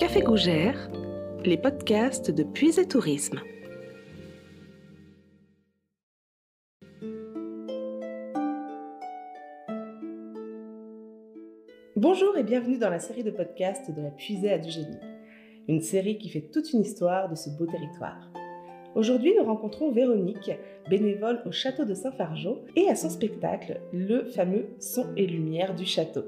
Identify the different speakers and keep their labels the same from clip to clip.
Speaker 1: Café Gougère, les podcasts de Puise et Tourisme.
Speaker 2: Bonjour et bienvenue dans la série de podcasts de la Puisée à du génie, une série qui fait toute une histoire de ce beau territoire. Aujourd'hui, nous rencontrons Véronique, bénévole au château de Saint-Fargeau et à son spectacle, le fameux Son et Lumière du château.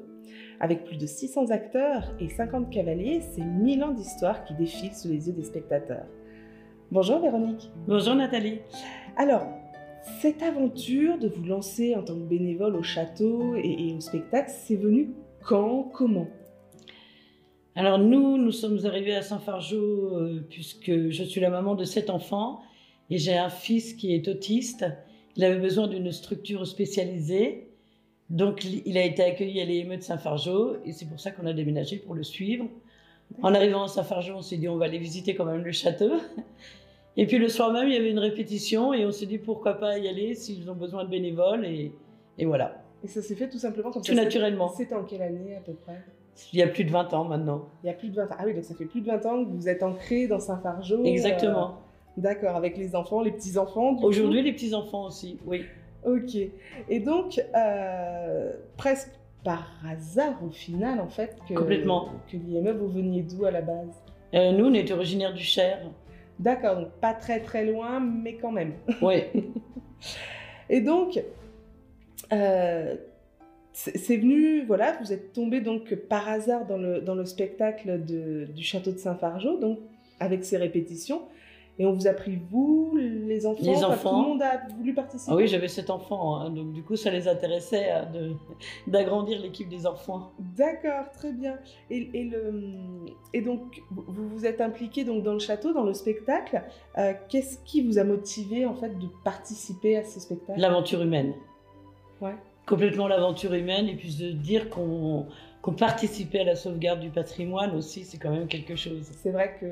Speaker 2: Avec plus de 600 acteurs et 50 cavaliers, c'est 1000 ans d'histoire qui défilent sous les yeux des spectateurs. Bonjour Véronique.
Speaker 3: Bonjour Nathalie.
Speaker 2: Alors, cette aventure de vous lancer en tant que bénévole au château et, et au spectacle, c'est venu quand, comment
Speaker 3: Alors nous, nous sommes arrivés à Saint-Fargeau euh, puisque je suis la maman de sept enfants et j'ai un fils qui est autiste. Il avait besoin d'une structure spécialisée. Donc l- il a été accueilli à l'EME de Saint-Fargeau et c'est pour ça qu'on a déménagé pour le suivre. En arrivant à Saint-Fargeau, on s'est dit on va aller visiter quand même le château. Et puis le soir même, il y avait une répétition et on s'est dit pourquoi pas y aller s'ils ont besoin de bénévoles et, et voilà,
Speaker 2: Et ça s'est fait tout simplement comme
Speaker 3: tout
Speaker 2: ça.
Speaker 3: naturellement.
Speaker 2: C'était en quelle année à peu près
Speaker 3: Il y a plus de 20 ans maintenant.
Speaker 2: Il y a plus de 20 ans. Ah oui, donc ça fait plus de 20 ans que vous êtes ancré dans Saint-Fargeau. euh,
Speaker 3: Exactement.
Speaker 2: D'accord, avec les enfants, les petits-enfants. du coup.
Speaker 3: Aujourd'hui, les petits-enfants aussi, oui.
Speaker 2: Ok. Et donc, euh, presque par hasard au final, en fait, que,
Speaker 3: Complètement.
Speaker 2: que l'IME, vous veniez d'où à la base
Speaker 3: Euh, nous, on est originaire du Cher.
Speaker 2: D'accord, donc pas très très loin, mais quand même.
Speaker 3: Oui.
Speaker 2: Et donc, euh, c'est c'est venu, voilà, vous êtes tombé donc par hasard dans le, dans le spectacle de- du château de Saint-Fargeau, donc avec ses répétitions. Et on vous a pris, vous, les enfants,
Speaker 3: Les
Speaker 2: enfin, tout
Speaker 3: enfants.
Speaker 2: le monde a voulu participer.
Speaker 3: Ah oui, j'avais sept enfants, hein, donc du coup, ça les intéressait hein, de- d'agrandir l'équipe des enfants.
Speaker 2: D'accord, très bien. Et, et le, et donc, vous vous êtes impliqué donc, dans le château, dans le spectacle. Euh, Qu'est-ce qui vous a motivé en fait de participer à ce spectacle
Speaker 3: L'aventure humaine.
Speaker 2: Ouais.
Speaker 3: Complètement l'aventure humaine, et puis de dire qu'on qu'on participait à la sauvegarde du patrimoine aussi, c'est quand même quelque chose.
Speaker 2: C'est vrai que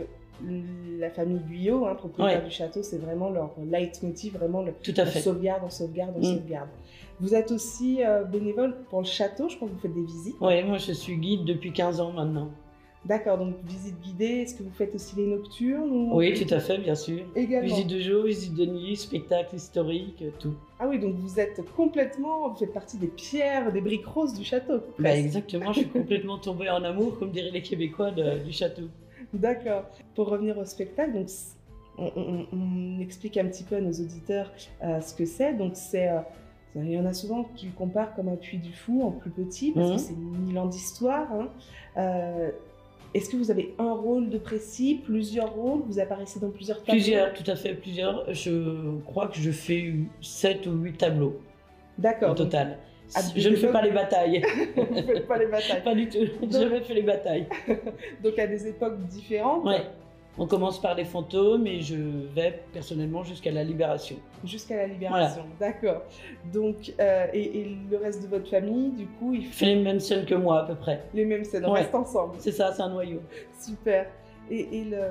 Speaker 2: la famille Guyot, hein, propriétaire
Speaker 3: Ouais.
Speaker 2: du château, c'est vraiment leur leitmotiv, vraiment le
Speaker 3: Tout à
Speaker 2: on
Speaker 3: fait.
Speaker 2: sauvegarde, on sauvegarde, on
Speaker 3: Mm.
Speaker 2: sauvegarde. Vous êtes aussi euh, bénévole pour le château, je crois que vous faites des visites.
Speaker 3: Oui, moi, je suis guide depuis 15 ans maintenant.
Speaker 2: D'accord, donc visite guidée, est-ce que vous faites aussi les nocturnes ou-
Speaker 3: Oui, tout à fait, bien sûr.
Speaker 2: Également.
Speaker 3: Visite de jour, visite de nuit, spectacle historique, tout.
Speaker 2: Ah oui, donc vous êtes complètement, vous faites partie des pierres, des briques roses du château.
Speaker 3: Bah,
Speaker 2: presque.
Speaker 3: exactement, je suis complètement tombée en amour, comme diraient les Québécois, de- du château.
Speaker 2: D'accord. Pour revenir au spectacle, donc c- on, on- on explique un petit peu à nos auditeurs euh, ce que c'est. Donc c'est, euh, il y en a souvent qui le comparent comme un puits du fou en plus petit parce
Speaker 3: Mhm.
Speaker 2: que c'est mille ans d'histoire. hein. Euh, est-ce que vous avez un rôle de précis, plusieurs rôles, vous apparaissez dans plusieurs tableaux
Speaker 3: Plusieurs, tout à fait, plusieurs. Je crois que je fais 7 ou 8 tableaux
Speaker 2: D'accord.
Speaker 3: au total.
Speaker 2: Ah,
Speaker 3: Je ne fais pas les batailles,
Speaker 2: donc, vous faites pas les batailles.
Speaker 3: pas du tout. J'ai jamais fait les batailles.
Speaker 2: Donc à des époques différentes,
Speaker 3: Ouais. On commence par les fantômes et je vais personnellement jusqu'à la libération.
Speaker 2: jusqu'à la libération. D'accord. Donc euh, et, et le reste de votre famille, du coup, ils
Speaker 3: Je
Speaker 2: font
Speaker 3: fais les mêmes scènes que moi à peu près.
Speaker 2: les mêmes scènes. On
Speaker 3: Ouais.
Speaker 2: reste ensemble.
Speaker 3: C'est ça, c'est un noyau.
Speaker 2: Super. Et, et le-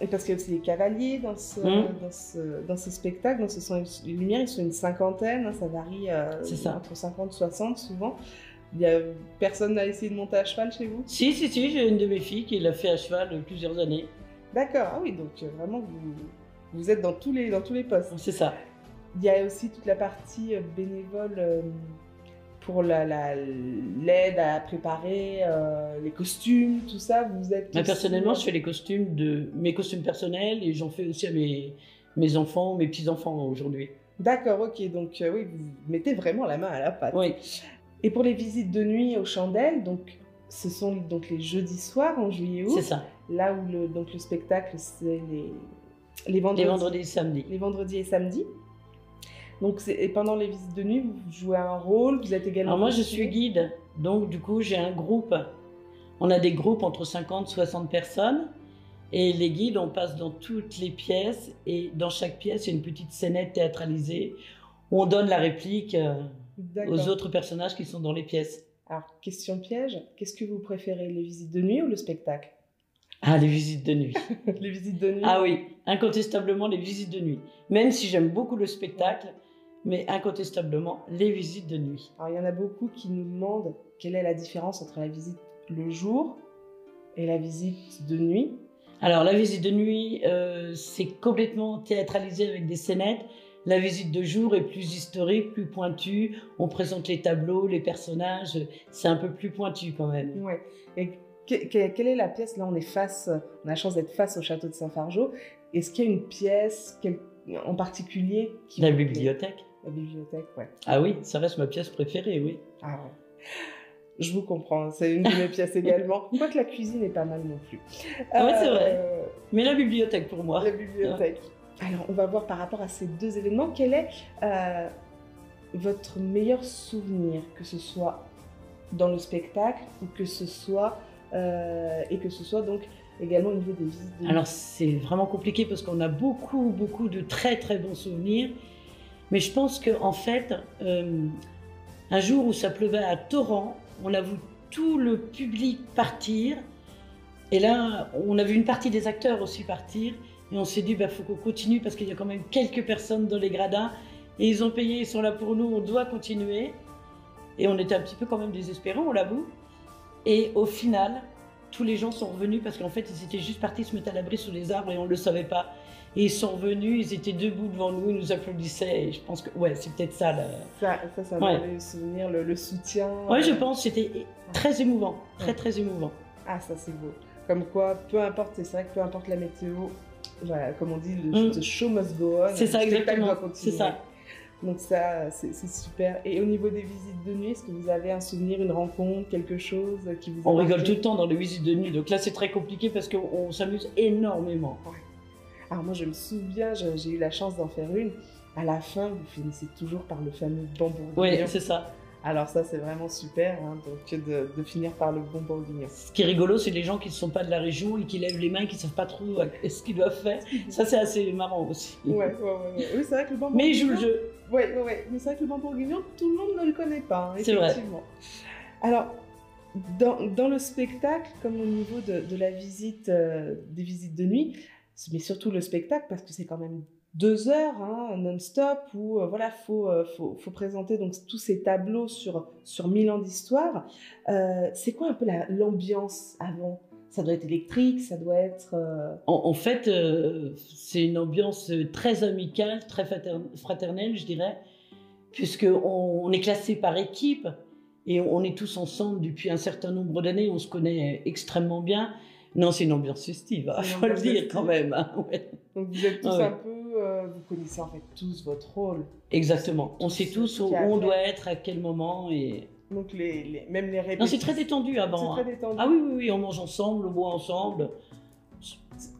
Speaker 2: et parce qu'il y a aussi les cavaliers dans ce,
Speaker 3: Mm.
Speaker 2: dans ce, dans ce spectacle, dans ce sont les lumières, ils sont une cinquantaine, hein, ça varie euh,
Speaker 3: C'est ça.
Speaker 2: entre 50 et 60 souvent. Il y a, personne n'a essayé de monter à cheval chez vous
Speaker 3: Si, si, si, j'ai une de mes filles qui l'a fait à cheval plusieurs années.
Speaker 2: D'accord, ah oui, donc euh, vraiment vous, vous êtes dans tous, les, dans tous les postes.
Speaker 3: C'est ça.
Speaker 2: Il y a aussi toute la partie euh, bénévole euh, pour la- la- l'aide à préparer, euh, les costumes, tout ça. Vous êtes.
Speaker 3: Moi,
Speaker 2: aussi-
Speaker 3: personnellement, je fais les costumes de mes costumes personnels et j'en fais aussi à mes, mes enfants, mes petits-enfants aujourd'hui.
Speaker 2: D'accord, ok, donc euh, oui, vous mettez vraiment la main à la pâte.
Speaker 3: Oui,
Speaker 2: Et pour les visites de nuit aux chandelles, donc ce sont donc les jeudis soirs en juillet août,
Speaker 3: c'est ça.
Speaker 2: là où le, donc le spectacle c'est les, les vendredis,
Speaker 3: Les vendredis et samedis.
Speaker 2: les vendredis et samedis. Donc c'est- et pendant les visites de nuit, vous jouez un rôle, vous êtes également
Speaker 3: Alors moi, je
Speaker 2: costumier.
Speaker 3: suis guide, donc du coup, j'ai un groupe. On a des groupes entre 50 60 personnes. Et les guides, on passe dans toutes les pièces. Et dans chaque pièce, il y a une petite scénette théâtralisée où on donne la réplique euh,
Speaker 2: D'accord.
Speaker 3: aux autres personnages qui sont dans les pièces.
Speaker 2: Alors question piège, qu'est-ce que vous préférez, les visites de nuit ou le spectacle
Speaker 3: Ah, les visites de nuit.
Speaker 2: les visites de nuit.
Speaker 3: Ah oui, incontestablement les visites de nuit. Même si j'aime beaucoup le spectacle, mais incontestablement les visites de nuit.
Speaker 2: Alors, il y en a beaucoup qui nous demandent quelle est la différence entre la visite le jour et la visite de nuit.
Speaker 3: Alors la visite de nuit, euh, c'est complètement théâtralisé avec des scénettes. La visite de jour est plus historique, plus pointue. On présente les tableaux, les personnages. C'est un peu plus pointu quand même.
Speaker 2: Ouais. Et que- que- quelle est la pièce Là, on est face, on a la chance d'être face au château de Saint-Fargeau. Est-ce qu'il y a une pièce quel- en particulier qui
Speaker 3: La
Speaker 2: vous plaît
Speaker 3: bibliothèque.
Speaker 2: La bibliothèque, ouais.
Speaker 3: Ah oui, ça reste ma pièce préférée, oui.
Speaker 2: Ah ouais. Je vous comprends, c'est une de mes pièces également. Quoique la cuisine est pas mal non plus. Euh,
Speaker 3: Ouais, c'est vrai. Mais la bibliothèque pour moi.
Speaker 2: La bibliothèque. Alors, on va voir par rapport à ces deux événements, quel est euh, votre meilleur souvenir, que ce soit dans le spectacle ou que ce soit euh, et que ce soit donc également au niveau des visites. de-
Speaker 3: Alors c'est vraiment compliqué parce qu'on a beaucoup, beaucoup de très, très bons souvenirs. Mais je pense qu'en en fait, euh, un jour où ça pleuvait à torrent, on a vu tout le public partir. Et là, on a vu une partie des acteurs aussi partir. Et on s'est dit, bah, faut qu'on continue parce qu'il y a quand même quelques personnes dans les gradins. Et ils ont payé, ils sont là pour nous, on doit continuer. Et on était un petit peu quand même désespérés, on l'avoue. Et au final, tous les gens sont revenus parce qu'en fait, ils étaient juste partis se mettre à l'abri sous les arbres et on ne le savait pas. Et ils sont revenus, ils étaient debout devant nous, ils nous applaudissaient. Et je pense que, ouais, c'est peut-être ça. Là.
Speaker 2: ça, ça, ça
Speaker 3: Ouais.
Speaker 2: m'a le souvenir, le, le soutien.
Speaker 3: Ouais, je pense, c'était très émouvant, très très émouvant.
Speaker 2: Ah, ça c'est beau. Comme quoi, peu importe, c'est vrai que peu importe la météo, voilà, comme on dit, le
Speaker 3: Mm.
Speaker 2: the show must go on.
Speaker 3: C'est ça,
Speaker 2: le spectacle
Speaker 3: exactement.
Speaker 2: doit continuer.
Speaker 3: C'est ça.
Speaker 2: Donc ça, c'est c'est super. Et au niveau des visites de nuit, est-ce que vous avez un souvenir, une rencontre, quelque chose qui vous a
Speaker 3: On rigole tout
Speaker 2: marqué
Speaker 3: le temps dans les visites de nuit, donc là c'est très compliqué parce qu'on on s'amuse énormément.
Speaker 2: Alors moi, je me souviens, je- j'ai eu la chance d'en faire une. À la fin, vous finissez toujours par le fameux
Speaker 3: Ouais,
Speaker 2: bambourguignon.
Speaker 3: c'est ça.
Speaker 2: Alors ça, c'est vraiment super, hein, donc de, de finir par le bon bourguignon.
Speaker 3: Ce qui est rigolo, c'est les gens qui ne sont pas de la région et qui lèvent les mains et qui ne savent pas trop euh, ce qu'ils doivent faire. Ça c'est assez marrant aussi.
Speaker 2: Ouais, ouais, ouais, ouais. Oui, c'est vrai que le
Speaker 3: Mais
Speaker 2: bambourguignon.
Speaker 3: ils jouent le jeu.
Speaker 2: Ouais, ouais, ouais. Mais c'est vrai que le Bambourguignon, tout le monde ne le connaît pas, hein,
Speaker 3: C'est vrai.
Speaker 2: effectivement. Alors, dans, dans le spectacle, comme au niveau de, de la visite, euh, des visites de nuit, mais surtout le spectacle, parce que c'est quand même deux heures hein, non-stop où euh, voilà faut, euh, faut, faut présenter donc tous ces tableaux sur sur mille ans d'histoire. Euh, c'est quoi un peu la- l'ambiance avant Ça doit être électrique, ça doit être euh,
Speaker 3: En, en fait, euh, c'est une ambiance euh, très amicale, très frater- fraternelle, je dirais, puisque on, on est classé par équipe et on est tous ensemble depuis un certain nombre d'années. On se connaît extrêmement bien. Non, c'est une ambiance festive, il
Speaker 2: C'est une
Speaker 3: faut le
Speaker 2: ambiance
Speaker 3: dire
Speaker 2: festive.
Speaker 3: quand même. hein, ouais.
Speaker 2: donc vous êtes tous
Speaker 3: Ah ouais.
Speaker 2: un peu euh, vous connaissez en fait tous votre rôle.
Speaker 3: Exactement. On sait tous où
Speaker 2: Tout à
Speaker 3: on
Speaker 2: fait.
Speaker 3: doit être, à quel moment. Et...
Speaker 2: Donc les, les- même les répétitions.
Speaker 3: Non, c'est très détendu avant.
Speaker 2: C'est
Speaker 3: hein.
Speaker 2: très détendu.
Speaker 3: Ah oui, oui, oui, on mange ensemble, on boit ensemble,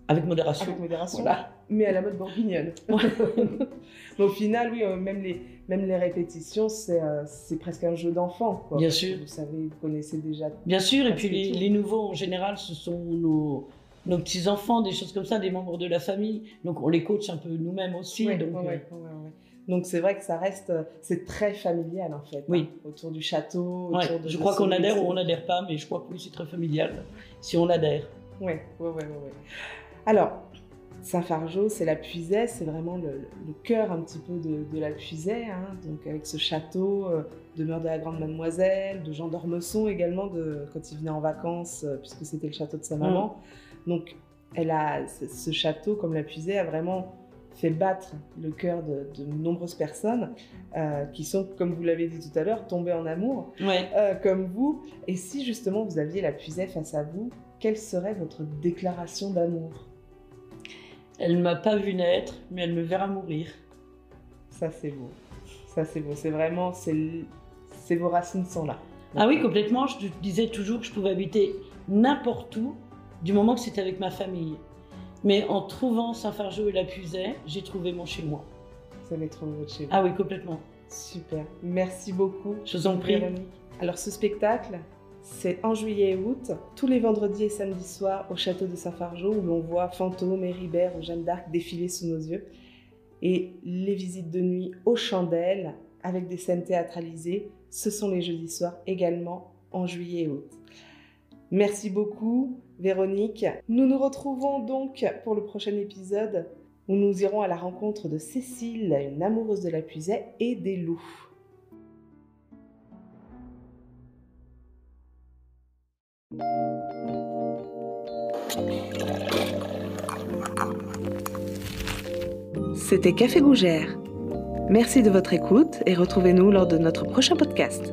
Speaker 3: avec modération.
Speaker 2: Avec modération.
Speaker 3: Voilà.
Speaker 2: Mais à la mode bourguignonne. Mais au final, oui, euh, même les, même les répétitions, c'est euh, c'est presque un jeu d'enfant. quoi.
Speaker 3: Bien sûr.
Speaker 2: Vous savez, vous connaissez déjà.
Speaker 3: Bien sûr, et
Speaker 2: Parce
Speaker 3: puis
Speaker 2: que
Speaker 3: les,
Speaker 2: tout-
Speaker 3: les nouveaux en général, ce sont nos, nos petits-enfants, des choses comme ça, des membres de la famille. Donc on les coach un peu nous-mêmes aussi.
Speaker 2: Ouais,
Speaker 3: donc,
Speaker 2: ouais,
Speaker 3: euh,
Speaker 2: ouais, ouais, ouais. Donc c'est vrai que ça reste, euh, c'est très familial en fait.
Speaker 3: Oui.
Speaker 2: hein, autour du château.
Speaker 3: ouais,
Speaker 2: autour de
Speaker 3: je
Speaker 2: de
Speaker 3: crois
Speaker 2: ce
Speaker 3: qu'on adhère
Speaker 2: lycée.
Speaker 3: ou on n'adhère pas, mais je crois que oui, c'est très familial si on adhère.
Speaker 2: Ouais, ouais, ouais, ouais, ouais. Alors, Saint-Fargeau, c'est la Puisaye, c'est vraiment le, le cœur un petit peu de, de la Puisaye, hein, donc avec ce château, euh, demeure de la Grande Mademoiselle, de Jean d'Ormesson également, de, quand il venait en vacances, euh, puisque c'était le château de sa maman. Donc, elle a, ce ce château, comme la Puisaye, a vraiment fait battre le cœur de, de nombreuses personnes euh, qui sont, comme vous l'avez dit tout à l'heure, tombées en amour
Speaker 3: Ouais.
Speaker 2: euh, comme vous. Et si justement vous aviez la puisaye face à vous, quelle serait votre déclaration d'amour
Speaker 3: Elle m'a pas vu naître, mais elle me verra mourir.
Speaker 2: Ça c'est beau. Ça c'est beau. C'est vraiment, c'est, l- c'est vos racines sont là.
Speaker 3: Ah oui, complètement. Je te disais toujours que je pouvais habiter n'importe où du moment que c'était avec ma famille. Mais en trouvant Saint-Fargeau et la Puisaye, j'ai trouvé mon chez moi.
Speaker 2: Vous avez trouvé votre chez vous.
Speaker 3: Ah oui, complètement.
Speaker 2: Super. Merci beaucoup.
Speaker 3: Je vous en prie.
Speaker 2: Véronique. Alors ce spectacle, c'est en juillet et août, tous les vendredis et samedis soirs au château de Saint-Fargeau où l'on voit fantômes, Héribert ou Jeanne d'Arc défiler sous nos yeux. Et les visites de nuit aux chandelles avec des scènes théâtralisées, ce sont les jeudis soirs également en juillet et août. Merci beaucoup, Véronique. Nous nous retrouvons donc pour le prochain épisode où nous irons à la rencontre de Cécile, une amoureuse de la puisaie et des loups.
Speaker 1: C'était Café Gougère. Merci de votre écoute et retrouvez-nous lors de notre prochain podcast.